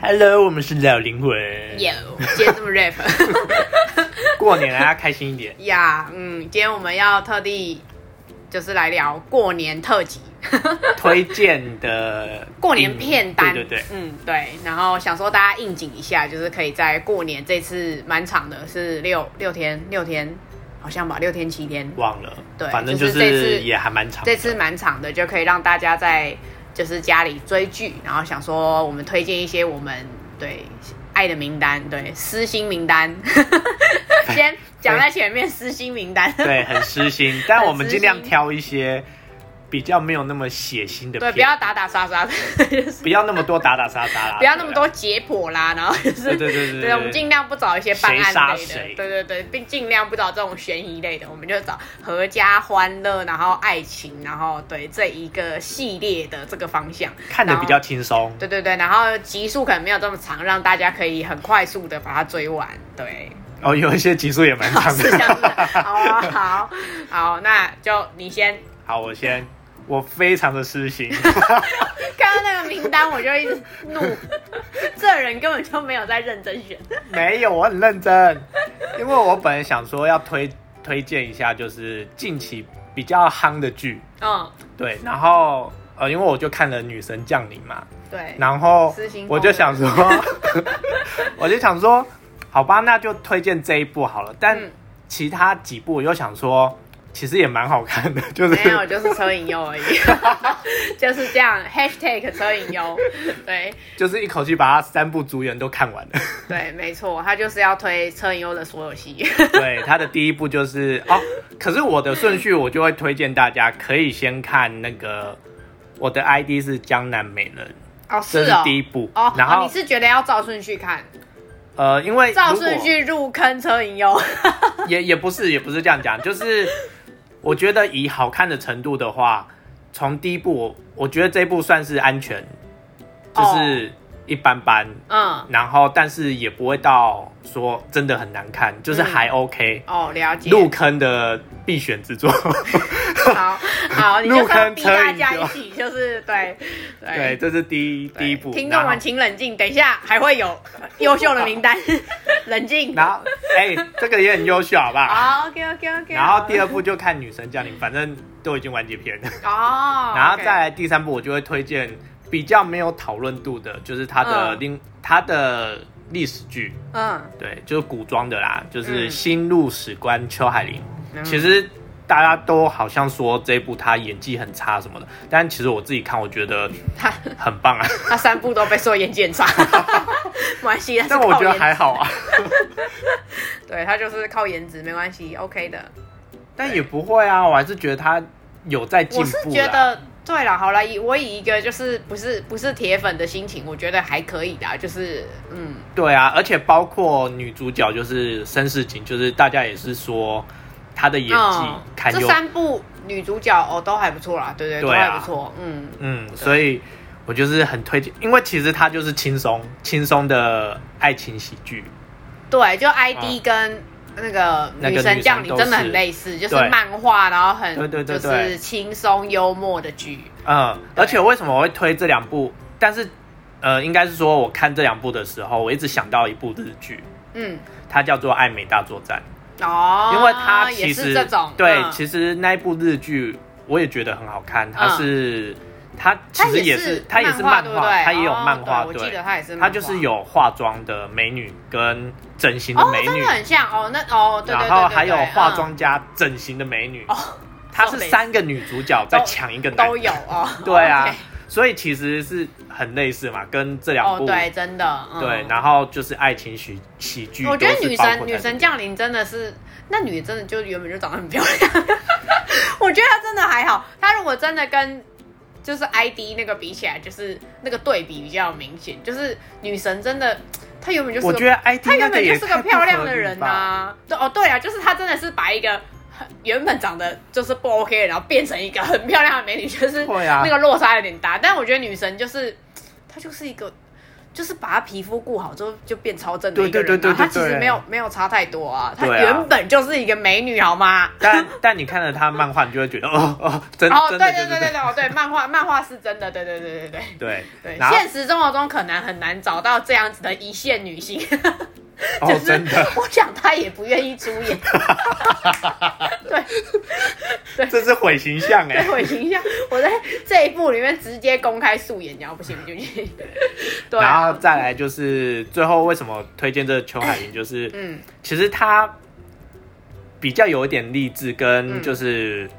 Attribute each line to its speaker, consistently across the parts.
Speaker 1: Hello，我们是老灵魂。
Speaker 2: 有，今天这么 rap。
Speaker 1: 过年大家开心一点。
Speaker 2: 呀嗯，今天我们要特地就是来聊过年特辑，
Speaker 1: 推荐的
Speaker 2: 过年片单。
Speaker 1: 对对对，
Speaker 2: 嗯，对。然后想说大家应景一下，就是可以在过年这次蛮长的，是六六天，六天好像吧，六天七天，
Speaker 1: 忘了，
Speaker 2: 对
Speaker 1: 反正就
Speaker 2: 就是这
Speaker 1: 是
Speaker 2: 次
Speaker 1: 也还蛮长的。
Speaker 2: 这次蛮长的，就可以让大家在就是家里追剧，然后想说我们推荐一些我们对爱的名单，对私心名 单，先讲在前面私心名单，
Speaker 1: 哎对很私心，但我们
Speaker 2: 私
Speaker 1: 尽量
Speaker 2: 心
Speaker 1: 挑一些比较没有那么血腥 的
Speaker 2: 对，
Speaker 1: 片，
Speaker 2: 不要打打杀杀，就是
Speaker 1: 不要那么多打打杀杀啦，
Speaker 2: 不要那么多解剖啦，然后就是
Speaker 1: 对。对对对
Speaker 2: 对，我们尽量不找一些办
Speaker 1: 谁杀
Speaker 2: 案类
Speaker 1: 谁
Speaker 2: 的，对对对，并尽量不找这种悬疑类的，我们就找合家欢乐，然后爱情，然后对这一个系列的这个方向
Speaker 1: 看的
Speaker 2: 然后
Speaker 1: 比较轻松。
Speaker 2: 对对对，然后集数可能没有这么长，让大家可以很快速的把它追完。对，
Speaker 1: 哦，有一些集数也蛮
Speaker 2: 好
Speaker 1: 长
Speaker 2: 是这样子的。
Speaker 1: 的。
Speaker 2: 好啊，好，好，那就你先
Speaker 1: 好，我先，我非常的私心。
Speaker 2: 看到那个名单，我就一直怒， 这人根本就没有在认真选。
Speaker 1: 没有，我很认真，因为我本来想说要推推荐一下，就是近期比较夯的剧，
Speaker 2: 嗯，
Speaker 1: 对，然后呃，因为我就看了《女神降临》嘛，
Speaker 2: 对，
Speaker 1: 然后
Speaker 2: 私心
Speaker 1: 我就想说， 我就想说，好吧，那就推荐这一部好了，但
Speaker 2: 嗯
Speaker 1: 其他几部我又想说，其实也蛮好看的， 就
Speaker 2: 没有，
Speaker 1: 是
Speaker 2: 就是车影优而已， 就是这样。#hashtag 车影优，对
Speaker 1: 就是一口气把它三部主演都看完了。
Speaker 2: 对，没错，他就是要推车影优的所有戏。
Speaker 1: 对，他的第一部就是哦，可是我的顺序我就会推荐大家可以先看那个，我的 ID 是江南美人，
Speaker 2: 哦，
Speaker 1: 这是
Speaker 2: 哦。
Speaker 1: 第一部。
Speaker 2: 哦，
Speaker 1: 然
Speaker 2: 哦
Speaker 1: 后
Speaker 2: 你是觉得要照顺序看，
Speaker 1: 呃，因为
Speaker 2: 照
Speaker 1: 如果
Speaker 2: 顺序入坑车影优。
Speaker 1: 也也不是也不是这样讲，就是我觉得以好看的程度的话，从第一部我我觉得这一部算是安全，
Speaker 2: 哦
Speaker 1: 就是一般般，
Speaker 2: 嗯，
Speaker 1: 然后但是也不会到说真的很难看，
Speaker 2: 嗯
Speaker 1: 就是还 OK，、
Speaker 2: 哦，了解。
Speaker 1: 入坑的必选之作。
Speaker 2: 好好，你就是要逼大家一起，就是对
Speaker 1: 对，
Speaker 2: 对
Speaker 1: 这是第一
Speaker 2: 对
Speaker 1: 第一步。
Speaker 2: 听众
Speaker 1: 然
Speaker 2: 们
Speaker 1: 后，
Speaker 2: 请冷静，等一下还会有优秀的名单， 冷静。
Speaker 1: 然后哎、这个也很优秀，好不好？
Speaker 2: 好，OK OK OK。
Speaker 1: 然后第二部就看《女神降临》，反正都已经完结篇了。
Speaker 2: 哦，
Speaker 1: 然后再来第三部，我就会推荐比较没有讨论度的，就是它的
Speaker 2: 嗯
Speaker 1: 另、它的历史剧，
Speaker 2: 嗯，
Speaker 1: 对，就是古装的啦，就是《
Speaker 2: 嗯
Speaker 1: 新入史官邱海林》
Speaker 2: 嗯
Speaker 1: 其实大家都好像说这一部他演技很差什么的，但其实我自己看，我觉得
Speaker 2: 他
Speaker 1: 很棒 啊。
Speaker 2: 他三部都被说眼见差， 没关系，
Speaker 1: 但我觉得还好 啊，
Speaker 2: 对他就是靠颜值，没关系，OK 的。
Speaker 1: 但也不会啊，我还是觉得他有在进
Speaker 2: 我
Speaker 1: 步
Speaker 2: 是
Speaker 1: 啦。
Speaker 2: 觉得，对了，好了，以我以一个就是不是不是铁粉的心情，我觉得还可以的啊，就是嗯，
Speaker 1: 对啊，而且包括女主角就是申世锦，就是大家也是说她的演技
Speaker 2: 嗯
Speaker 1: 堪
Speaker 2: 这
Speaker 1: 忧，
Speaker 2: 三部女主角哦都还不错啦，对对，
Speaker 1: 对啊
Speaker 2: 都还不错，嗯，
Speaker 1: 嗯，所以我就是很推荐，因为其实她就是轻松轻松的爱情喜剧，
Speaker 2: 对，啊就 ID 跟那个
Speaker 1: 嗯那个
Speaker 2: 女神降临
Speaker 1: 女神都
Speaker 2: 真
Speaker 1: 是
Speaker 2: 的很类似，就是
Speaker 1: 对
Speaker 2: 漫画，然后很
Speaker 1: 对对对
Speaker 2: 就
Speaker 1: 对
Speaker 2: 是轻松幽默的剧，
Speaker 1: 嗯，
Speaker 2: 对
Speaker 1: 而且为什么我会推这两部？但是呃，应该是说我看这两部的时候，我一直想到一部日剧，
Speaker 2: 嗯，
Speaker 1: 它叫做《爱美大作战》，
Speaker 2: 哦，
Speaker 1: 因为它
Speaker 2: 也
Speaker 1: 其实
Speaker 2: 是这种，
Speaker 1: 对，
Speaker 2: 嗯
Speaker 1: 其实那一部日剧我也觉得很好看，它
Speaker 2: 嗯
Speaker 1: 是。它其实也是，它也是
Speaker 2: 漫
Speaker 1: 漫
Speaker 2: 对不
Speaker 1: 画，
Speaker 2: 对？
Speaker 1: 它也有
Speaker 2: 哦
Speaker 1: 漫画，
Speaker 2: 对，我
Speaker 1: 对，
Speaker 2: 记得它也是漫画，
Speaker 1: 她就是有化妆的美女跟整形的
Speaker 2: 哦，
Speaker 1: 美
Speaker 2: 真
Speaker 1: 女，
Speaker 2: 的很像哦，那哦，对对对对
Speaker 1: 然后
Speaker 2: 对
Speaker 1: 还有化
Speaker 2: 嗯
Speaker 1: 妆加整形的美女，
Speaker 2: 哦，
Speaker 1: 她是三个女主角在抢一个男，
Speaker 2: 都有哦
Speaker 1: 对啊
Speaker 2: OK，
Speaker 1: 所以其实是很类似嘛，跟这两
Speaker 2: 哦，
Speaker 1: 部、
Speaker 2: 对，真的，嗯
Speaker 1: 对然后就是爱情喜喜剧，
Speaker 2: 我觉得
Speaker 1: 都是
Speaker 2: 女
Speaker 1: 包括
Speaker 2: 神
Speaker 1: 在
Speaker 2: 女神降临真的是，那女的真的就原本就长得很漂亮， 我觉得她真的还好。她如果真的跟就是 ID 那个比起来，就是那个对比比较明显，就是女神真的，她原本就是
Speaker 1: 我
Speaker 2: 个
Speaker 1: 觉得 IT
Speaker 2: 她原
Speaker 1: 那
Speaker 2: 本
Speaker 1: 也
Speaker 2: 就是个
Speaker 1: 太不
Speaker 2: 漂亮
Speaker 1: 合
Speaker 2: 的
Speaker 1: 理
Speaker 2: 人
Speaker 1: 吧
Speaker 2: 啊。对哦，对啊，就是她真的是把一个很原本长得就是不 OK 的，然后变成一个很漂亮的美女，就是
Speaker 1: 对啊
Speaker 2: 那个落差有点大。但我觉得女神就是她就是一个。就是把他皮肤顾好之后就变超正的一个人、啊，
Speaker 1: 对对对对对
Speaker 2: 他其实
Speaker 1: 对
Speaker 2: 没有没有差太多啊，她
Speaker 1: 对啊
Speaker 2: 原本就是一个美女好吗？
Speaker 1: 但但你看了他漫画，你就会觉得哦哦，真
Speaker 2: 哦，对对
Speaker 1: 真
Speaker 2: 对
Speaker 1: 的就
Speaker 2: 对
Speaker 1: 是
Speaker 2: 对
Speaker 1: 这
Speaker 2: 对，
Speaker 1: 样
Speaker 2: 哦对漫画漫画是真的，对对对对对
Speaker 1: 对
Speaker 2: 对对，
Speaker 1: 然后
Speaker 2: 现实生活中可能很难找到这样子的一线女星，就
Speaker 1: 哦
Speaker 2: 是
Speaker 1: 真的，
Speaker 2: 我想她也不愿意出 演，对，
Speaker 1: 这是毁形象哎
Speaker 2: 对，我形象，我在这一部里面直接公开素颜，然后不行不行不行，对
Speaker 1: 然
Speaker 2: 啊，
Speaker 1: 后再来就是最后为什么推荐这个邱海云，就是
Speaker 2: 嗯
Speaker 1: 其实他比较有一点励志，
Speaker 2: 嗯
Speaker 1: 跟就是、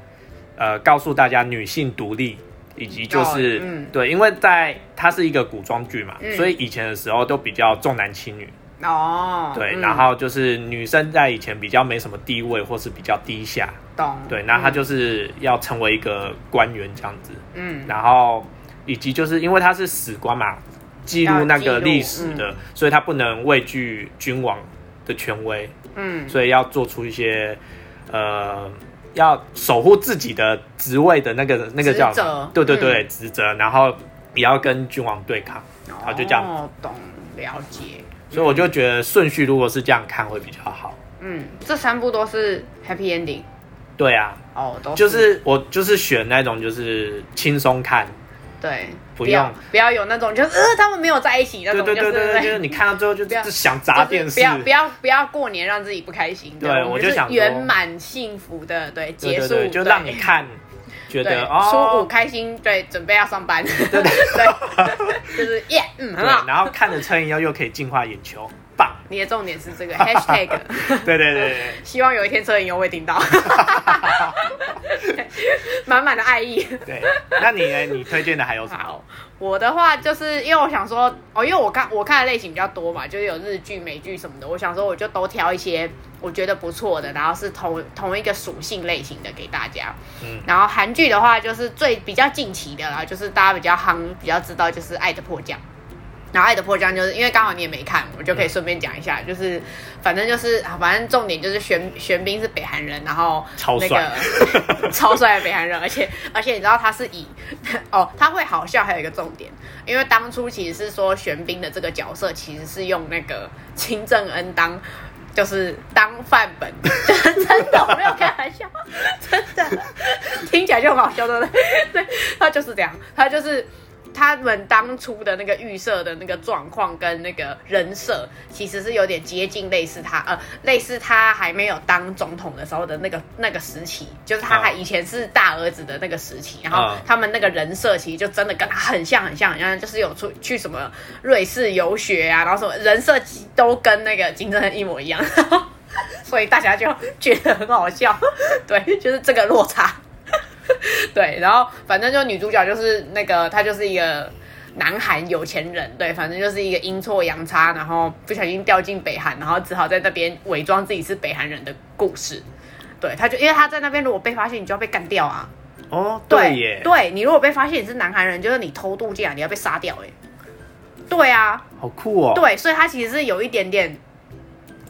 Speaker 1: 呃告诉大家女性独立，以及就是、
Speaker 2: 哦嗯
Speaker 1: 对，因为在它是一个古装剧嘛，
Speaker 2: 嗯
Speaker 1: 所以以前的时候都比较重男轻女，
Speaker 2: 哦，
Speaker 1: 对，
Speaker 2: 嗯
Speaker 1: 然后就是女生在以前比较没什么地位或是比较低下，
Speaker 2: 懂，
Speaker 1: 对，那她
Speaker 2: 嗯
Speaker 1: 就是要成为一个官员这样子，
Speaker 2: 嗯
Speaker 1: 然后以及就是因为他是史官嘛，记录那个历史
Speaker 2: 嗯
Speaker 1: 的，所以他不能畏惧君王的权威，
Speaker 2: 嗯
Speaker 1: 所以要做出一些呃，要守护自己的职位的那个那个叫
Speaker 2: 职
Speaker 1: 什
Speaker 2: 责嗯
Speaker 1: 么？对对对，职责，然后也要跟君王对抗，然后就这样。
Speaker 2: 哦，懂了解，
Speaker 1: 所以我就觉得顺序如果是这样看会比较好。
Speaker 2: 嗯，这三部都是 happy ending
Speaker 1: 对啊，
Speaker 2: 哦，都
Speaker 1: 就是我就是选那种就是轻松看，
Speaker 2: 对，
Speaker 1: 不
Speaker 2: 要
Speaker 1: 用
Speaker 2: 不要有那种就是呃他们没有在一起那
Speaker 1: 对
Speaker 2: 种，
Speaker 1: 对对
Speaker 2: 就是
Speaker 1: 对对，就是你看到最后就
Speaker 2: 不要
Speaker 1: 就想
Speaker 2: 就
Speaker 1: 砸
Speaker 2: 是
Speaker 1: 电视，
Speaker 2: 不要不要不要过年让自己不开心。
Speaker 1: 对
Speaker 2: 我
Speaker 1: 我
Speaker 2: 们
Speaker 1: 就是想说
Speaker 2: 圆满幸福的对
Speaker 1: 对
Speaker 2: 结
Speaker 1: 对
Speaker 2: 束，
Speaker 1: 对，就
Speaker 2: 对
Speaker 1: 让你看，觉
Speaker 2: 对
Speaker 1: 得
Speaker 2: 初五
Speaker 1: 哦，
Speaker 2: 开心，对，准备要上 班，对对，就是耶，嗯，
Speaker 1: 对
Speaker 2: 很好。
Speaker 1: 然后看了车以后又可以净化眼球，棒！
Speaker 2: 你的重点是这个 hashtag，
Speaker 1: 对对对对，
Speaker 2: 希望有一天车影又会听 到， 满满的爱意。
Speaker 1: 对，那你呢？你推荐的还有什么？
Speaker 2: 好，我的话就是因为我想说，哦，因为我看我看的类型比较多嘛，就是有日剧、美剧什么的，我想说我就都挑一些我觉得不错的，然后是同同一个属性类型的给大家。
Speaker 1: 嗯
Speaker 2: 然后韩剧的话，就是最比较近期的啦，就是大家比较夯、比较知道就是《爱的迫降》。然后《爱的迫降》就是因为刚好你也没看，我就可以顺便讲一下，就是反正就是啊反正重点就是玄玄彬是北韩人，然后
Speaker 1: 超
Speaker 2: 那
Speaker 1: 帅
Speaker 2: 个 超帅的北韩人，而且而且你知道他是以 哦他会好笑，还有一个重点，因为当初其实是说玄彬的这个角色其实是用那个金正恩当。就是当范本， 真的，我没有开玩笑，真的，听起来就很好笑，对不对？对，他就是这样，他就是他们当初的那个预设的那个状况跟那个人设，其实是有点接近类似他呃，类似他还没有当总统的时候的那个那个时期，就是他还
Speaker 1: 嗯
Speaker 2: 以前是大儿子的那个时期，然后
Speaker 1: 嗯
Speaker 2: 他们那个人设其实就真的跟他很像很像很像，就是有出去什么瑞士游学啊，然后什么人设都跟那个金正恩一模一样。 所以大家就觉得很好笑， 对，就是这个落差。 对，然后反正就女主角就是那个，她就是一个南韩有钱人，对，反正就是一个阴错阳差，然后不小心掉进北韩，然后只好在那边伪装自己是北韩人的故事。对，她就因为她在那边如果被发现，你就要被干掉啊。
Speaker 1: 哦，
Speaker 2: 对
Speaker 1: 耶，
Speaker 2: 对你如果被发现你是南韩人，就是你偷渡进来，你要被杀掉、欸。对啊，
Speaker 1: 好酷哦。
Speaker 2: 对，所以它其实是有一点点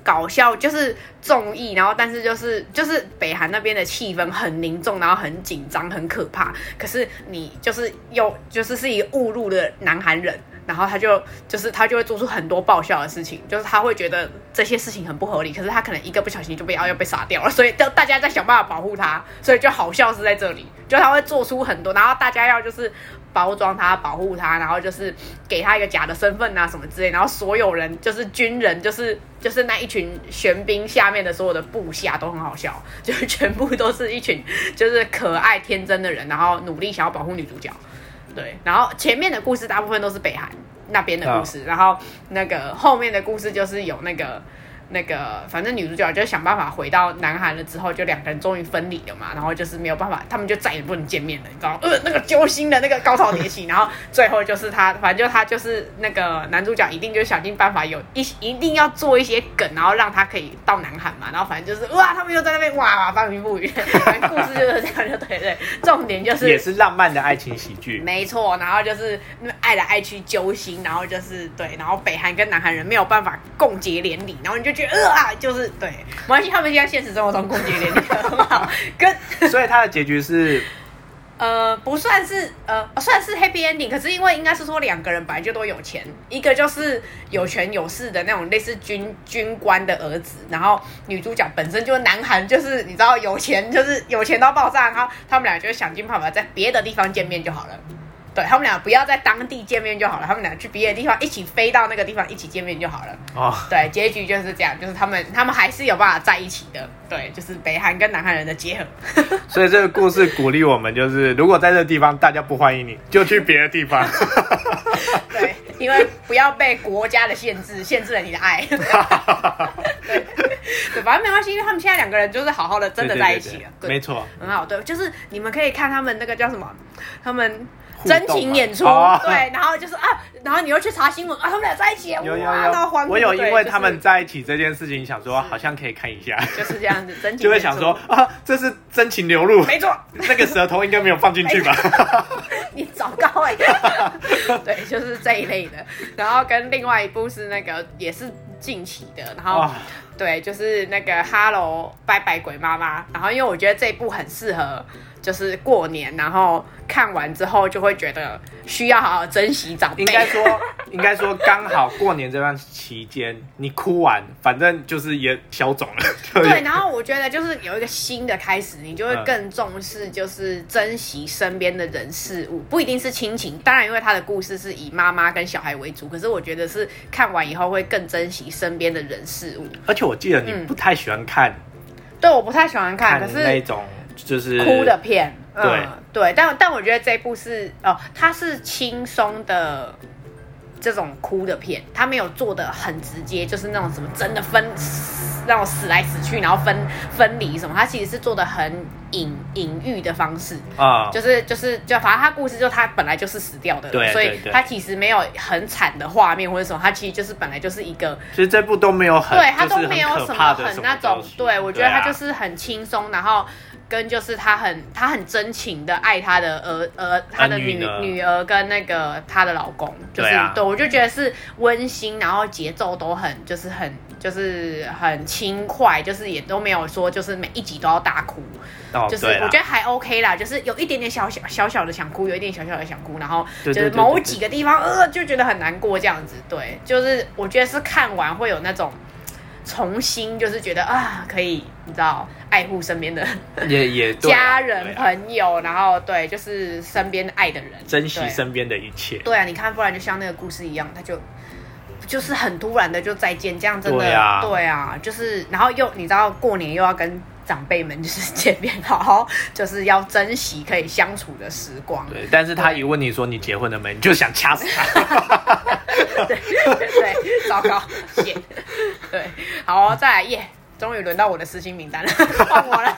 Speaker 2: 搞笑，就是综艺，然后但是就是就是北韩那边的气氛很凝重，然后很紧张，很可怕。可是你就是又就是是一个误入的南韩人，然后他就就是他就会做出很多爆笑的事情，就是他会觉得这些事情很不合理，可是他可能一个不小心就被要哦要被杀掉了，所以就大家在想办法保护他，所以就好笑是在这里，就他会做出很多，然后大家要就是包装他、保护他，然后就是给他一个假的身份啊什么之类，然后所有人就是军人，就是就是那一群玄兵下面的所有的部下都很好笑，就是全部都是一群就是可爱天真的人，然后努力想要保护女主角。对，然后前面的故事大部分都是北韩那边的故事，然后那个后面的故事就是有那个那个，反正女主角就想办法回到南韩了之后，就两个人终于分离了嘛，然后就是没有办法，他们就再也不能见面了，你知道吗？呃，那个揪心的那个高潮迭起，然后最后就是他，反正就他就是那个男主角一定就想尽办法有一一定要做一些梗，然后让他可以到南韩嘛，然后反正就是哇，他们又在那边哇哇翻云覆雨，反正故事就是这样，就对对，重点就是
Speaker 1: 也是浪漫的爱情喜剧，
Speaker 2: 没错，然后就是那爱来爱去揪心，然后就是对，然后北韩跟南韩人没有办法共结连理，然后你就觉得呃啊，就是对，没关系，他们现在现实生活中共结连理很好，跟
Speaker 1: 所以它的结局是
Speaker 2: 呃，不算是呃，算是 happy ending，可是因为应该是说两个人本来就都有钱，一个就是有权有势的那种类似军军官的儿子，然后女主角本身就是南韩，就是你知道有钱，就是有钱到爆炸，然后他们俩就想尽办法在别的地方见面就好了。对他们俩不要在当地见面就好了，他们俩去别的地方一起飞到那个地方一起见面就好了。
Speaker 1: 哦，
Speaker 2: 对，结局就是这样，就是他们他们还是有办法在一起的。对，就是北韩跟南韩人的结合。
Speaker 1: 所以这个故事鼓励我们，就是如果在这个地方大家不欢迎你，就去别的地方。
Speaker 2: 对，因为不要被国家的限制限制了你的 爱。对，对，反正没关系，因为他们现在两个人就是好好 的，真的在一起啊了，
Speaker 1: 对对对对没错，
Speaker 2: 很好。对，就是你们可以看他们那个叫什么，他们
Speaker 1: 互动啊
Speaker 2: 真情演出，
Speaker 1: 哦
Speaker 2: 对，然后就是啊，然后你又去查新闻啊，他们俩在一起了，
Speaker 1: 有有
Speaker 2: 哇到欢
Speaker 1: 有，
Speaker 2: 呼
Speaker 1: 我有
Speaker 2: 对
Speaker 1: 因为
Speaker 2: 就是
Speaker 1: 他们在一起这件事情，想说
Speaker 2: 是
Speaker 1: 好像可以看一下，
Speaker 2: 就是这样子，真情
Speaker 1: 就会
Speaker 2: 演
Speaker 1: 想
Speaker 2: 出
Speaker 1: 说，啊，这是真情流露，
Speaker 2: 没错，
Speaker 1: 那个舌头应该没有放进去吧？
Speaker 2: 你糟糕 哎、对，就是这一类的。然后跟另外一部是那个也是近期的，然后、
Speaker 1: 哇
Speaker 2: 对，就是那个《Hello 拜拜鬼妈妈》。然后因为我觉得这一部很适合，就是过年，然后看完之后就会觉得需要好好珍惜长辈。
Speaker 1: 应该说， 应该说刚好过年这段期间，你哭完，反正就是也消肿了。 就
Speaker 2: 对，
Speaker 1: 也
Speaker 2: 然后我觉得就是有一个新的开始，你就
Speaker 1: 嗯
Speaker 2: 会更重视，就是珍惜身边的人事物，不一定是亲情。当然，因为他的故事是以妈妈跟小孩为主，可是我觉得是看完以后会更珍惜身边的人事物。
Speaker 1: 而且我记得你
Speaker 2: 嗯
Speaker 1: 不太喜欢看、
Speaker 2: 对，我不太喜欢嗯啊看，可
Speaker 1: 看那
Speaker 2: 是
Speaker 1: 种就是
Speaker 2: 哭的片，嗯、
Speaker 1: 对
Speaker 2: 对，但但我觉得这部是哦，它是轻松的。这种哭的片，他没有做的很直接，就是那种什么真的分让我死来死去，然后分分离什么，他其实是做的很隐隐喻的方式，
Speaker 1: 啊，
Speaker 2: 就是就是就反正他故事就他本来就是死掉的人，
Speaker 1: 对
Speaker 2: 所以
Speaker 1: 对对
Speaker 2: 他其实没有很惨的画面或者什么，他其实就是本来就是一个
Speaker 1: 其实这部都没有很，
Speaker 2: 对他
Speaker 1: 就
Speaker 2: 都
Speaker 1: 是很
Speaker 2: 没有
Speaker 1: 可
Speaker 2: 什
Speaker 1: 怕
Speaker 2: 么
Speaker 1: 的
Speaker 2: 很
Speaker 1: 什
Speaker 2: 那种
Speaker 1: 东，西
Speaker 2: 对我觉得
Speaker 1: 啊
Speaker 2: 他就是很轻松，然后跟就是他很他很真情的爱他的儿儿他的
Speaker 1: 啊儿女
Speaker 2: 女
Speaker 1: 呢
Speaker 2: 女儿跟那个她的老公，就是
Speaker 1: 对啊
Speaker 2: 我就觉得是温馨，然后节奏都很就是很就是很轻快，就是也都没有说就是每一集都要大哭，
Speaker 1: 哦，
Speaker 2: 就是
Speaker 1: 对啦
Speaker 2: 我觉得还 OK 啦，就是有一点点小小小小的想哭，有一点小小的想哭，然后就
Speaker 1: 对
Speaker 2: 是
Speaker 1: 对对对
Speaker 2: 某
Speaker 1: 对
Speaker 2: 几个地方呃就觉得很难过这样子。对，就是我觉得是看完会有那种重新，就是觉得啊可以，你知道爱护身边的
Speaker 1: 也也对啊
Speaker 2: 家人、
Speaker 1: 对啊
Speaker 2: 朋友，然后对，就是身边爱的人，
Speaker 1: 珍惜
Speaker 2: 对
Speaker 1: 身边的一切。
Speaker 2: 对啊，你看，不然就像那个故事一样，他就就是很突然的就再见，这样真的
Speaker 1: 对啊
Speaker 2: 啊就是然后又你知道过年又要跟长辈们 就是见面，好好就是要珍惜可以相处的时光。
Speaker 1: 对，但是他一问你说你结婚了没，你就想掐死他。
Speaker 2: 对对，糟糕，谢。对，好、哦再来耶。终于轮到我的私心名单了，换我了，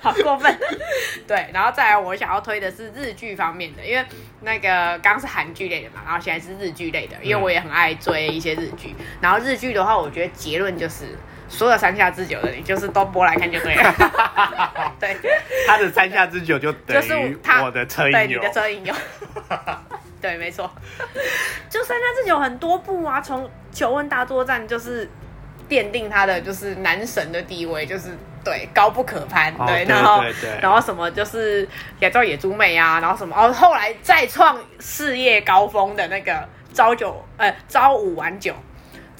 Speaker 2: 好过分。对，然后再来，我想要推的是日剧方面的，因为那个刚刚是韩剧类的嘛，然后现在是日剧类的，因为我也很爱追一些日剧。然后日剧的话，我觉得结论就是，所有三下之久的，你就是都播来看就对了。 对，
Speaker 1: 他的三下之久就等
Speaker 2: 就是
Speaker 1: 于
Speaker 2: 他
Speaker 1: 我的车
Speaker 2: 对
Speaker 1: 影
Speaker 2: 你
Speaker 1: 友
Speaker 2: 的，车影有，对，没错， 就三家自己有很多部啊，从《求婚大作战》就是奠定他的就是男神的地位，就是对高不可攀，
Speaker 1: 哦对
Speaker 2: 然后
Speaker 1: 对对
Speaker 2: 然后什么就是亚洲野猪妹啊，然后什么哦，后来再创事业高峰的那个朝九呃朝五晚九。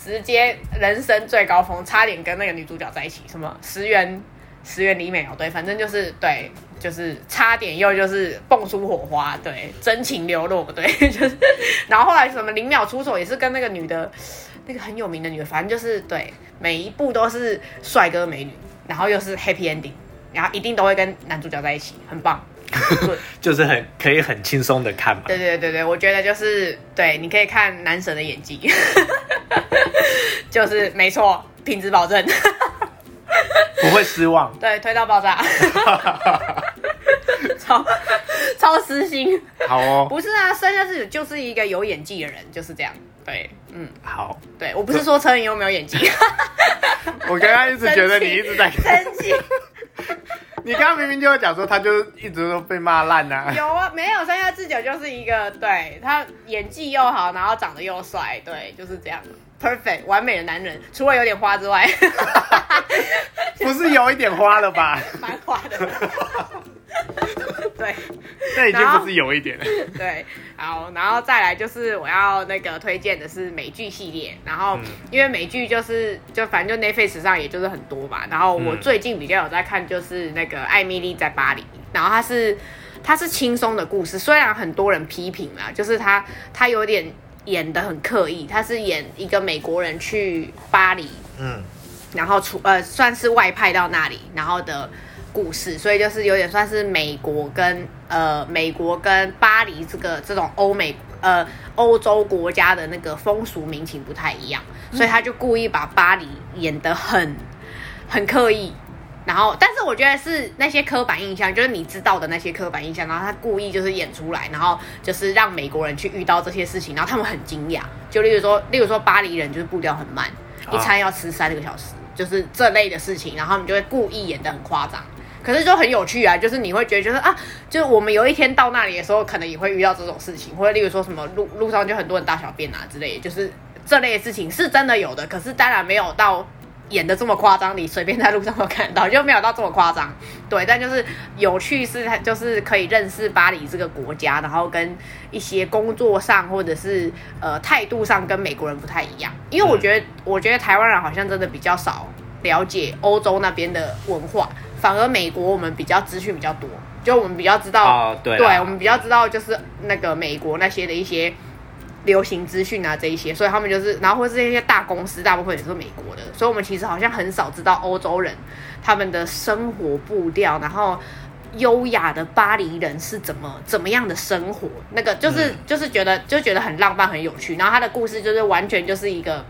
Speaker 2: 直接人生最高峰，差点跟那个女主角在一起，什么石原石原里美哦，对，反正就是对，就是差点又就是蹦出火花，对，真情流露，对，就是，然后后来什么零秒出手也是跟那个女的，那个很有名的女的，反正就是对，每一部都是帅哥美女，然后又是 happy ending，然后一定都会跟男主角在一起，很棒。对
Speaker 1: 就是很可以很轻松的看嘛。
Speaker 2: 对对对对，我觉得就是对，你可以看男神的演技， 就是没错，品质保证，
Speaker 1: 不会失望。
Speaker 2: 对，推到爆炸，超超私心，
Speaker 1: 好哦，
Speaker 2: 不是啊，生下是就是一个有演技的人，就是这样，对，嗯，
Speaker 1: 好，
Speaker 2: 对我不是说陈颖有没有演技，
Speaker 1: 我刚刚一直觉得你一直在，
Speaker 2: 生气。
Speaker 1: 你刚刚明明就有讲说他就一直都被骂烂呐。
Speaker 2: 有啊，没有三下智久就是一个，对他演技又好，然后长得又帅，对，就是这样，perfect 完美的男人，除了有点花之外，
Speaker 1: 不是有一点花了吧？
Speaker 2: 蛮花的。对，
Speaker 1: 那已经不是有一点了。
Speaker 2: 对，好，然后再来就是我要那个推荐的是美剧系列，然后
Speaker 1: 嗯
Speaker 2: 因为美剧就是就反正就 Netflix 上也就是很多嘛，然后我
Speaker 1: 嗯
Speaker 2: 最近比较有在看就是那个《艾米丽在巴黎》，然后它是它是轻松的故事，虽然很多人批评啦，就是它它有点演的很刻意，它是演一个美国人去巴黎
Speaker 1: 嗯，
Speaker 2: 然后出呃算是外派到那里，然后的故事，所以就是有点算是美国跟呃美国跟巴黎这个这种欧美呃欧洲国家的那个风俗民情不太一样，所以他就故意把巴黎演得很很刻意。然后，但是我觉得是那些刻板印象，就是你知道的那些刻板印象，然后他故意就是演出来，然后就是让美国人去遇到这些事情，然后他们很惊讶。就例如说， 例如说巴黎人就是步调很慢，一
Speaker 1: 啊
Speaker 2: 餐要吃三个小时，就是这类的事情，然后他们就会故意演得很夸张。可是就很有趣啊，就是你会觉得就是啊，就是我们有一天到那里的时候，可能也会遇到这种事情，或者例如说什么路路上就很多人大小便啊之类的，就是这类的事情是真的有的，可是当然没有到演的这么夸张，你随便在路上都看得到，就没有到这么夸张。对，但就是有趣是它就是可以认识巴黎这个国家，然后跟一些工作上或者是呃态度上跟美国人不太一样，因为我觉得、我觉得台湾人好像真的比较少了解欧洲那边的文化，反而美国我们比较资讯比较多，就我们比较知道，
Speaker 1: 哦对啦
Speaker 2: 我们比较知道就是那个美国那些的一些。流行资讯啊，这一些，所以他们就是，然后或是一些大公司，大部分也是美国的，所以我们其实好像很少知道欧洲人他们的生活步调，然后优雅的巴黎人是怎么怎么样的生活，那个就是、
Speaker 1: 嗯
Speaker 2: 就是觉得就觉得很浪漫很有趣，然后他的故事就是完全就是一个。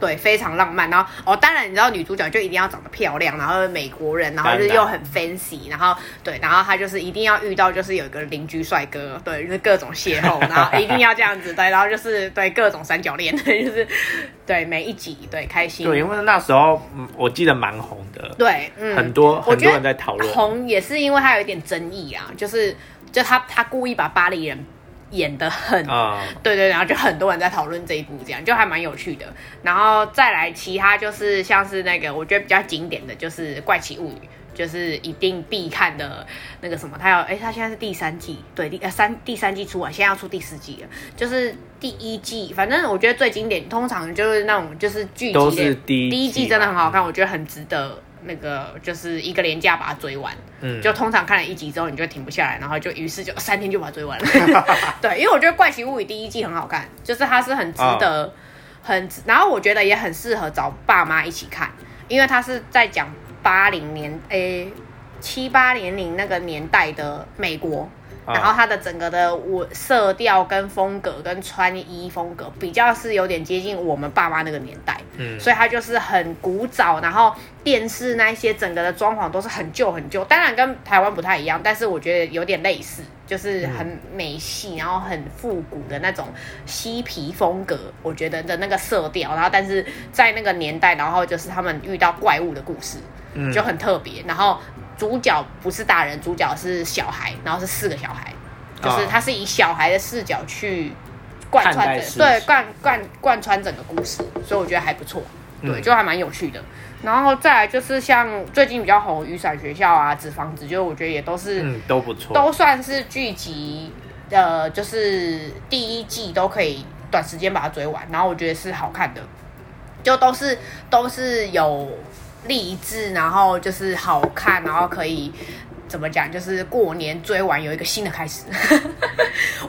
Speaker 2: 对，非常浪漫。然后哦，当然你知道女主角就一定要长得漂亮，然后美国人，然后就是
Speaker 1: 当然
Speaker 2: 又很 fancy，然后对，然后她就是一定要遇到就是有一个邻居帅哥，对，就是各种邂 逅，然后一定要这样子，对，然后就是对各种三角恋， 就是对每一集对开心，
Speaker 1: 对，因为那时候嗯我记得蛮红的，
Speaker 2: 对，嗯，
Speaker 1: 很多
Speaker 2: 我
Speaker 1: 很
Speaker 2: 觉得
Speaker 1: 多人在讨论。
Speaker 2: 红也是因为他有一点争议啊，就是就他他故意把巴黎人演得很
Speaker 1: 啊、
Speaker 2: 对对，然后就很多人在讨论这一部，这样就还蛮有趣的。然后再来其他就是像是那个我觉得比较经典的就是《怪奇物语》，就是一定必看的那个什么，它要哎，它现在是第三季，对，第呃三第三季出完，现在要出第四季了，就是第一季，反正我觉得最经典，通常就是那种就是剧集
Speaker 1: 都
Speaker 2: 的
Speaker 1: 是第一
Speaker 2: 第一
Speaker 1: 季
Speaker 2: 季
Speaker 1: 吧
Speaker 2: 真的很好看，我觉得很值得。那个就是一个廉价把它追完，
Speaker 1: 嗯，
Speaker 2: 就通常看了一集之后，你就停不下来，然后就于是就三天就把它追完了。 对，因为我觉得《怪奇物语》第一季很好看，就是它是很值得，很值，然后我觉得也很适合找爸妈一起看，因为它是在讲八零年诶七八零零那个年代的美国。
Speaker 1: 啊
Speaker 2: 然后它的整个的我色调跟风格跟穿衣风格比较是有点接近我们爸妈那个年代，
Speaker 1: 嗯
Speaker 2: 所以它就是很古早，然后电视那一些整个的装潢都是很旧很旧，当然跟台湾不太一样，但是我觉得有点类似，就是很美系，然后很复古的那种嬉皮风格，我觉得的那个色调，然后但是在那个年代，然后就是他们遇到怪物的故事，
Speaker 1: 嗯
Speaker 2: 就很特别。然后主角不是大人，主角是小孩，然后是四个小孩，就是
Speaker 1: 啊
Speaker 2: 他是以小孩的视角去贯
Speaker 1: 看
Speaker 2: 穿
Speaker 1: 待
Speaker 2: 整
Speaker 1: 事
Speaker 2: 对
Speaker 1: 情
Speaker 2: 贯贯贯穿整个故事，所以我觉得还不错，对，
Speaker 1: 嗯
Speaker 2: 就还蛮有趣的。然后再来就是像最近比较红《雨伞学校》啊，《纸房子》，就是我觉得也都是、
Speaker 1: 嗯都不错，
Speaker 2: 都算是剧集，呃，就是第一季都可以短时间把它追完，然后我觉得是好看的，就都是都是有励志，然后就是好看，然后可以怎么讲，就是过年追完有一个新的开始。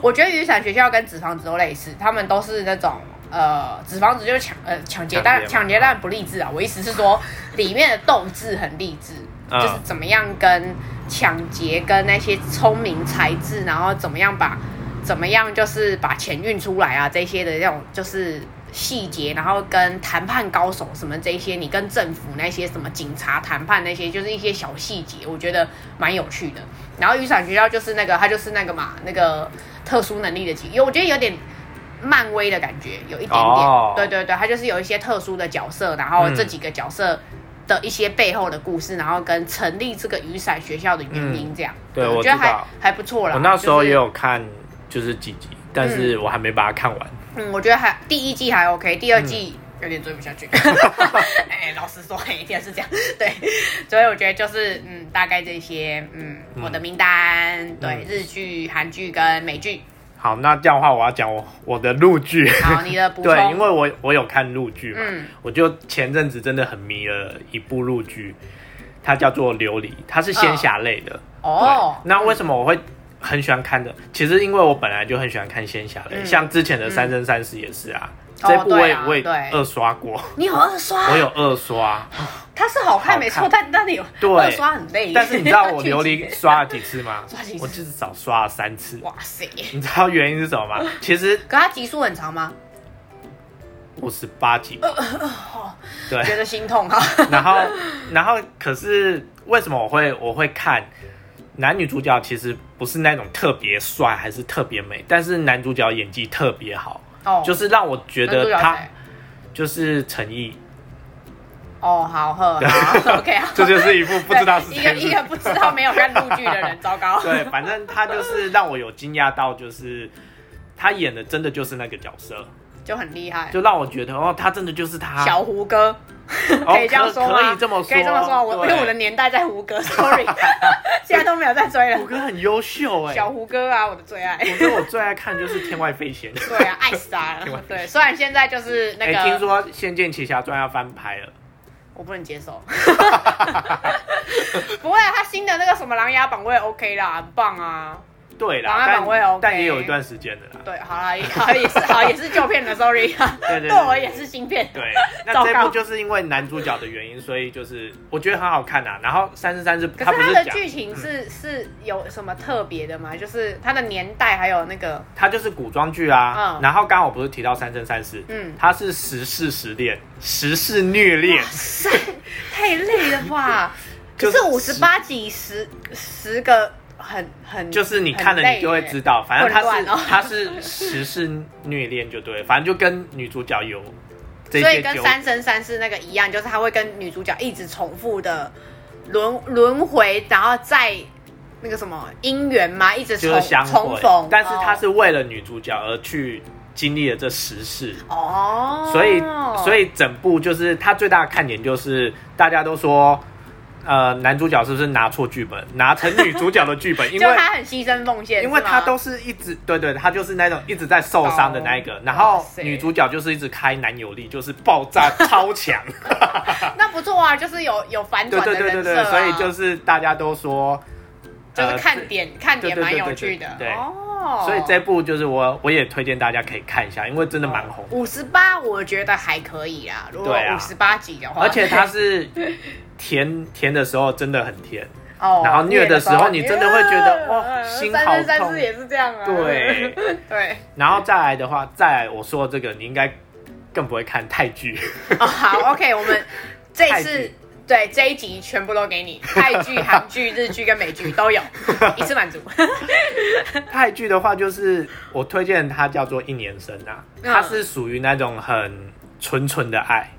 Speaker 2: 我觉得雨伞学校跟纸房子都类似，他们都是那种。呃，纸房子就是抢呃抢劫，
Speaker 1: 抢劫
Speaker 2: 当然
Speaker 1: 嘛
Speaker 2: 抢劫当然不励志啊。我意思是说，里面的斗志很励志，
Speaker 1: 嗯
Speaker 2: 就是怎么样跟抢劫、跟那些聪明才智，然后怎么样把怎么样就是把钱运出来啊，这些的那种就是细节，然后跟谈判高手什么这些，你跟政府那些什么警察谈判那些，就是一些小细节，我觉得蛮有趣的。然后雨伞学校就是那个，它就是那个嘛，那个特殊能力的集，有我觉得有点。漫威的感觉有一点点
Speaker 1: 哦
Speaker 2: 对对对，它就是有一些特殊的角色，然后这
Speaker 1: 嗯
Speaker 2: 几个角色的一些背后的故事，然后跟成立这个雨伞学校的原因这样。
Speaker 1: 嗯
Speaker 2: 嗯
Speaker 1: 对我
Speaker 2: 我觉得
Speaker 1: 知
Speaker 2: 还
Speaker 1: 道
Speaker 2: 还不错啦。
Speaker 1: 我那时候
Speaker 2: 就是
Speaker 1: 也有看，就是几集，但是我还没把它看完。
Speaker 2: 嗯嗯，我觉得还第一季还 OK，第二季有点追不 下去。哎、老实说，一定是这样。对，所以我觉得就是嗯，大概这些嗯，我的名单对
Speaker 1: 嗯
Speaker 2: 日剧、韩剧跟美剧。
Speaker 1: 好，那这样的话，我要讲我我的陆剧。
Speaker 2: 好，你的补充。
Speaker 1: 对，因为我我有看陆剧嘛，
Speaker 2: 嗯
Speaker 1: 我就前阵子真的很迷了一部陆剧，它叫做《琉璃》，它是仙侠类的。
Speaker 2: 哦
Speaker 1: 对，那为什么我会很喜欢看的？其实因为我本来就很喜欢看仙侠类，
Speaker 2: 嗯
Speaker 1: 像之前的《三生三世》也是啊。
Speaker 2: 哦
Speaker 1: 这部我
Speaker 2: 对
Speaker 1: 也
Speaker 2: 啊
Speaker 1: 我也
Speaker 2: 对
Speaker 1: 二刷过，
Speaker 2: 你有二刷，
Speaker 1: 我有，二 刷，
Speaker 2: 它是好看没错
Speaker 1: 好，看
Speaker 2: 但但你有
Speaker 1: 对
Speaker 2: 二刷很累。
Speaker 1: 但是你知道我 琉
Speaker 2: 剧
Speaker 1: 璃
Speaker 2: 集
Speaker 1: 刷了几次吗？
Speaker 2: 刷几次
Speaker 1: 我至少刷了三次。
Speaker 2: 哇塞，
Speaker 1: 你知道原因是什么吗？其实
Speaker 2: 可它集数很长吗？
Speaker 1: 五十 八集吧，
Speaker 2: 哦
Speaker 1: 对，
Speaker 2: 觉得心痛啊哈。
Speaker 1: 然后，然后，可是为什么我会我会看男女主角？其实不是那种特别帅，还是特别美，但是男主角演技特别好，
Speaker 2: 哦，
Speaker 1: 就是让我觉
Speaker 2: 男主
Speaker 1: 得
Speaker 2: 角
Speaker 1: 他
Speaker 2: 谁
Speaker 1: 就是陈毅，
Speaker 2: 哦，好喝，好 OK，好
Speaker 1: 这就是一副不知道 是
Speaker 2: 对一个
Speaker 1: 谁
Speaker 2: 一个不知道没有看陆剧的人，糟糕。
Speaker 1: 对，反正他就是让我有惊讶到，就是他演的真的就是那个角 色，
Speaker 2: 就很厉害。
Speaker 1: 就让我觉得哦，他真的就是他。
Speaker 2: 小胡歌，
Speaker 1: 哦
Speaker 2: 以这样说吗？
Speaker 1: 可以这么说
Speaker 2: 可以这么说。我因
Speaker 1: 对
Speaker 2: 为我的年代在胡歌，sorry，现 在都没有在追
Speaker 1: 胡
Speaker 2: 了。
Speaker 1: 歌很优秀哎、
Speaker 2: 小胡歌啊，我的最爱。
Speaker 1: 我觉得我最爱看就是《天外飞仙》。
Speaker 2: 对啊，爱死他 了。对，虽然现在就是 那
Speaker 1: 哎、
Speaker 2: 个，
Speaker 1: 听说《仙剑奇侠传》要翻拍了。
Speaker 2: 我不能接 受。不会啊，他新的那个什么《琅琊榜》我也 OK 啦，很棒啊。
Speaker 1: 对
Speaker 2: 档
Speaker 1: 啦，
Speaker 2: 案
Speaker 1: 但
Speaker 2: 版位 OK
Speaker 1: 但也有一段时间的啦。
Speaker 2: 对，好啦，也好也是好也是旧片的，sorry 啊。
Speaker 1: 对 对对
Speaker 2: 对我也是新片。
Speaker 1: 对，
Speaker 2: 糟
Speaker 1: 那
Speaker 2: 糕
Speaker 1: 这部就是因为男主角的原因，所以就是我觉得很好看呐、啊然后三十三是
Speaker 2: 可
Speaker 1: 他不
Speaker 2: 是
Speaker 1: 是
Speaker 2: 它的
Speaker 1: 讲，嗯
Speaker 2: 剧情是是有什么特别的吗？就是它的年代还有那个
Speaker 1: 他就是古装剧啊。
Speaker 2: 嗯
Speaker 1: 然后刚好不是提到三生三世，
Speaker 2: 嗯
Speaker 1: 他是时事时恋，时事虐恋，
Speaker 2: 塞，太累了 吧？可
Speaker 1: 就是
Speaker 2: 是五十八集十十个很很
Speaker 1: 就是你看了你就会知
Speaker 2: 道
Speaker 1: 道，反正他
Speaker 2: 混
Speaker 1: 是
Speaker 2: 乱哦
Speaker 1: 他是时事虐恋就对，反正就跟女主角有这
Speaker 2: 所以
Speaker 1: 些
Speaker 2: 跟
Speaker 1: 纠
Speaker 2: 三生三世那个一样，就是他会跟女主角一直重复的轮轮回，然后再那个什么姻缘嘛，一直重
Speaker 1: 就是相
Speaker 2: 重
Speaker 1: 会
Speaker 2: 逢，，
Speaker 1: 但是他
Speaker 2: 哦
Speaker 1: 是为了女主角而去经历了这时事。
Speaker 2: 哦，
Speaker 1: 所以，所以整部就是它最大的看点就是大家都说，呃，男主角是不是拿错剧本，拿成女主角的 剧本？因
Speaker 2: 就
Speaker 1: 为
Speaker 2: 他很牺牲奉献，
Speaker 1: 因为
Speaker 2: 是吗
Speaker 1: 他都是一直对对，他就是那种一直在受伤的那一个，然
Speaker 2: 哦
Speaker 1: 后
Speaker 2: 哇塞
Speaker 1: 女主角就是一直开男友力，就是爆 炸超强，
Speaker 2: 那不错啊，就是有有反
Speaker 1: 对
Speaker 2: 转的
Speaker 1: 对
Speaker 2: 人设、
Speaker 1: 对
Speaker 2: 啊、
Speaker 1: 对对，所以就是大家都说，
Speaker 2: 就是
Speaker 1: 呃
Speaker 2: 看点、看点
Speaker 1: 对对
Speaker 2: 蛮
Speaker 1: 对
Speaker 2: 有
Speaker 1: 对
Speaker 2: 趣的
Speaker 1: 对对
Speaker 2: 哦。
Speaker 1: 所以这部就是我我也推荐大家可以看一下，因为真的蛮红的，
Speaker 2: 五十八，我觉得还可以啊。如果
Speaker 1: 对啊
Speaker 2: 五十八集的话，
Speaker 1: 而且它是甜甜的时候真的很甜，
Speaker 2: 哦
Speaker 1: 然后虐的时候你真的会觉得哇
Speaker 2: 呃
Speaker 1: 心
Speaker 2: 三
Speaker 1: 好
Speaker 2: 生三
Speaker 1: 痛
Speaker 2: 世也是这样啊。
Speaker 1: 对。
Speaker 2: 对，
Speaker 1: 然后再来的话，再来我说的这个，你应该更不会看泰剧。
Speaker 2: 哦好，OK，我们这一
Speaker 1: 泰
Speaker 2: 次
Speaker 1: 剧。
Speaker 2: 对这一集全部都给你，泰 剧、韩剧、日剧跟美剧都有，一次满足。
Speaker 1: 泰剧的话，就是我推荐它叫做《一年生》啊，
Speaker 2: 嗯
Speaker 1: 它是属于那种很纯纯的爱，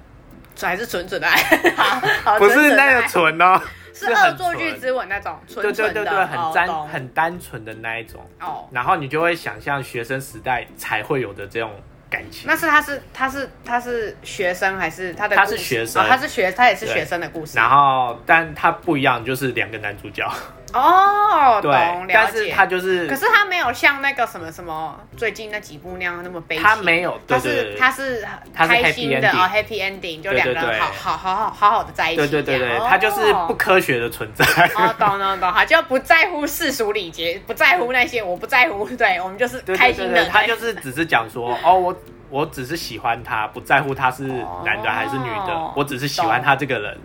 Speaker 2: 还是纯纯的爱， 好，好
Speaker 1: 不
Speaker 2: 纯
Speaker 1: 是
Speaker 2: 纯哦的
Speaker 1: 那
Speaker 2: 爱
Speaker 1: 个纯哦，
Speaker 2: 是
Speaker 1: 是
Speaker 2: 恶
Speaker 1: 很
Speaker 2: 作剧
Speaker 1: 纯
Speaker 2: 之吻那种，纯
Speaker 1: 对对
Speaker 2: 纯
Speaker 1: 对
Speaker 2: 的，
Speaker 1: 对，很
Speaker 2: 哦
Speaker 1: 单
Speaker 2: 懂
Speaker 1: 很单纯的那一种。
Speaker 2: 哦。
Speaker 1: 然后你就会想象学生时代才会有的这种感情。
Speaker 2: 那是他是他是他是学生还是他的
Speaker 1: 他
Speaker 2: 故事
Speaker 1: 是学生
Speaker 2: 哦他是学他也是
Speaker 1: 对
Speaker 2: 学生的故事。
Speaker 1: 然后，但它不一样，就是两个男主角，
Speaker 2: 哦，
Speaker 1: 对
Speaker 2: 懂，了解。
Speaker 1: 但是他就是，
Speaker 2: 可是他没有像那个什么什么最近那几部那样那么悲情，
Speaker 1: 他没有，对
Speaker 2: 他
Speaker 1: 对对
Speaker 2: 是
Speaker 1: 对，
Speaker 2: 他是
Speaker 1: 他是
Speaker 2: 开心的
Speaker 1: happy
Speaker 2: 哦，happy ending，就两个
Speaker 1: 对对
Speaker 2: 人
Speaker 1: 对
Speaker 2: 好好好好好好的在一起这
Speaker 1: 对
Speaker 2: 样。
Speaker 1: 对对对，他就是不
Speaker 2: 哦
Speaker 1: 科学的存在。
Speaker 2: 哦，懂懂懂，好，就不在乎世俗礼节，不在乎那些，我不在乎，对我们就是
Speaker 1: 对
Speaker 2: 开
Speaker 1: 对
Speaker 2: 心
Speaker 1: 对
Speaker 2: 的
Speaker 1: 对，，他
Speaker 2: 对
Speaker 1: 就是只是讲说，哦，我我只是喜欢他，不在乎他是男的还是女的，
Speaker 2: 哦
Speaker 1: 我只是喜欢他这个人。
Speaker 2: 哦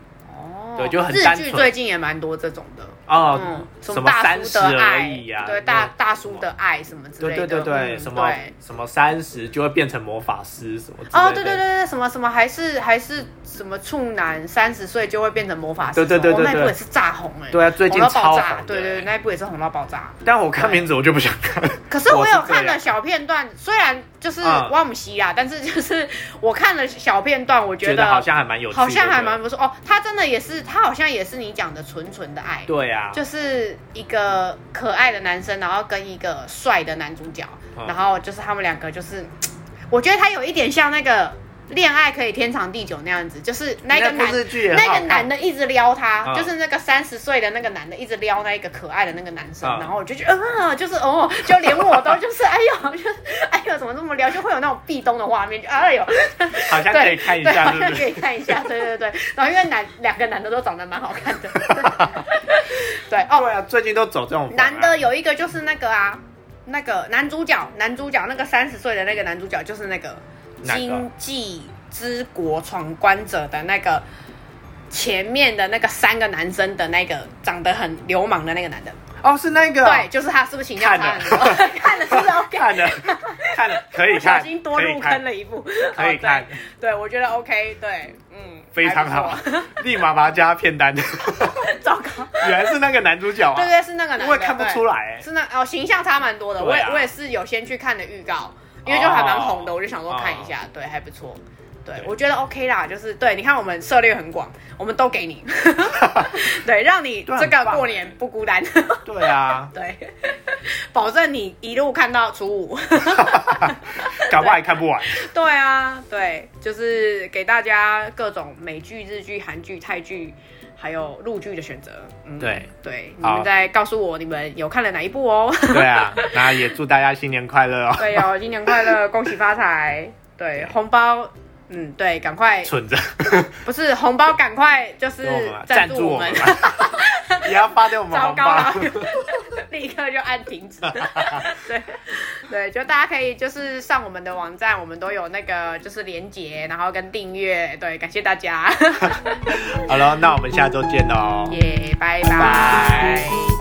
Speaker 1: 对就很
Speaker 2: 日
Speaker 1: 单
Speaker 2: 剧
Speaker 1: 纯
Speaker 2: 最近也蛮多这种的，
Speaker 1: 哦，
Speaker 2: 嗯，
Speaker 1: 什么
Speaker 2: 大
Speaker 1: 三
Speaker 2: 叔
Speaker 1: 十
Speaker 2: 的
Speaker 1: 而
Speaker 2: 爱
Speaker 1: 已啊，
Speaker 2: 对大大叔的爱什么之
Speaker 1: 对
Speaker 2: 类的，
Speaker 1: 对对对，
Speaker 2: 嗯
Speaker 1: 什么
Speaker 2: 对
Speaker 1: 什么三十就会变成魔法师什么之类的。
Speaker 2: 哦，对对对对，什么什么还是还是什么处男，三十岁就会变成魔法师什么，
Speaker 1: 对对对
Speaker 2: 哦
Speaker 1: 对对
Speaker 2: 那一部也是炸红哎，
Speaker 1: 对啊最近
Speaker 2: 红到爆
Speaker 1: 超
Speaker 2: 炸，
Speaker 1: 红的
Speaker 2: 对对对，那一部也是红到爆炸。
Speaker 1: 但我看名字我就不想 看。
Speaker 2: 可是我有
Speaker 1: 这样
Speaker 2: 看了小片段，虽然就是
Speaker 1: 嗯
Speaker 2: 挖姆西啦，啊但是就是 我看了小片段，我
Speaker 1: 觉
Speaker 2: 得
Speaker 1: 得好像还蛮有趣的，
Speaker 2: 好像还蛮
Speaker 1: 对
Speaker 2: 不错哦。他真的也是，他好像也是你讲的纯纯的爱，
Speaker 1: 对啊，
Speaker 2: 就是一个可爱的男生，然后跟一个帅的男主角，
Speaker 1: 嗯
Speaker 2: 然后就是他们两个就是，我觉得他有一点像那个恋爱可以天长地久那样子，就是那个
Speaker 1: 那
Speaker 2: 男
Speaker 1: 部日剧也
Speaker 2: 那
Speaker 1: 好
Speaker 2: 个男
Speaker 1: 看，
Speaker 2: 的一直撩她，
Speaker 1: 嗯
Speaker 2: 就是那个三十岁的那个男的一直撩那一个可爱的那个男生，
Speaker 1: 嗯
Speaker 2: 然后我就觉得，嗯，就是哦，就连我都就是，哎呦， 就是哎呦，怎么这么撩，就会有那种壁咚的画面，就哎呦，
Speaker 1: 好像可
Speaker 2: 对，
Speaker 1: 以看一
Speaker 2: 对
Speaker 1: 下，
Speaker 2: 好
Speaker 1: 是
Speaker 2: 像
Speaker 1: 不
Speaker 2: 可
Speaker 1: 是？
Speaker 2: 以看一下，对对对。然后因为男两个男的都长得蛮好看 的，对哦，
Speaker 1: 对啊，最近都走这种风啊
Speaker 2: 男的有一个就是那个啊，那个男主角，男主角那个三十岁的那个男主角就是那个
Speaker 1: 哪个
Speaker 2: 经济之国闯关者的那个前面的那个三个男生的那个长得很流氓的那个男的，
Speaker 1: 哦，是那个哦
Speaker 2: 对，就是他，是不是形象差很多？ 看了是不是 OK？
Speaker 1: 看了看了可 以
Speaker 2: 不小
Speaker 1: 看，
Speaker 2: 心多
Speaker 1: 可以
Speaker 2: 入
Speaker 1: 看
Speaker 2: 坑了一步，
Speaker 1: 可以看
Speaker 2: 哦对，对我觉得 OK，对，嗯，
Speaker 1: 非
Speaker 2: 还
Speaker 1: 常
Speaker 2: 不
Speaker 1: 好
Speaker 2: 错，
Speaker 1: 立马把它加片单。
Speaker 2: 糟糕，
Speaker 1: 原来是那个男主角
Speaker 2: 对
Speaker 1: 啊，
Speaker 2: 对，是那个男的，
Speaker 1: 我也看不
Speaker 2: 对
Speaker 1: 出来欸。
Speaker 2: 是那哦，形象差蛮多的。我也
Speaker 1: 对啊哦
Speaker 2: 我也是有先去看的预告，因为就还蛮红的，我就想说看一下，对，还不错。对，
Speaker 1: 对
Speaker 2: 我觉得 OK 啦，就是对，你看我们涉猎很广，我们都 给你，对，让你
Speaker 1: 对啊
Speaker 2: 这个
Speaker 1: 很棒欸
Speaker 2: 过年不孤单，
Speaker 1: 对啊，
Speaker 2: 对，保证你一路看到初五。
Speaker 1: 搞不好还看不完。
Speaker 2: 对啊，对，就是给大家各种美剧、日剧、韩剧、泰剧，还有陆剧的选择。嗯，
Speaker 1: 对
Speaker 2: 对，你
Speaker 1: 好
Speaker 2: 们再告诉我你们有看了哪一部哦。
Speaker 1: 对啊，那也祝大家新年快乐哦，
Speaker 2: 对 哦，新年快乐，恭喜发财。对，红包，嗯，对，赶快，
Speaker 1: 蠢着
Speaker 2: 不是红包，赶快就是
Speaker 1: 给我们吧
Speaker 2: 赞
Speaker 1: 赞
Speaker 2: 助
Speaker 1: 助
Speaker 2: 我
Speaker 1: 我
Speaker 2: 们
Speaker 1: 们。吧， 也要发给我 们
Speaker 2: 糟
Speaker 1: 红
Speaker 2: 糕了
Speaker 1: 包。，
Speaker 2: 立刻就按停止。 对对，就大家可以就是上我们的网站，我们都有那个就是连结，然后跟订阅。对，感谢大家，
Speaker 1: 好了，那我们下周见喽，哦
Speaker 2: 耶、拜
Speaker 1: 拜
Speaker 2: 拜
Speaker 1: 拜。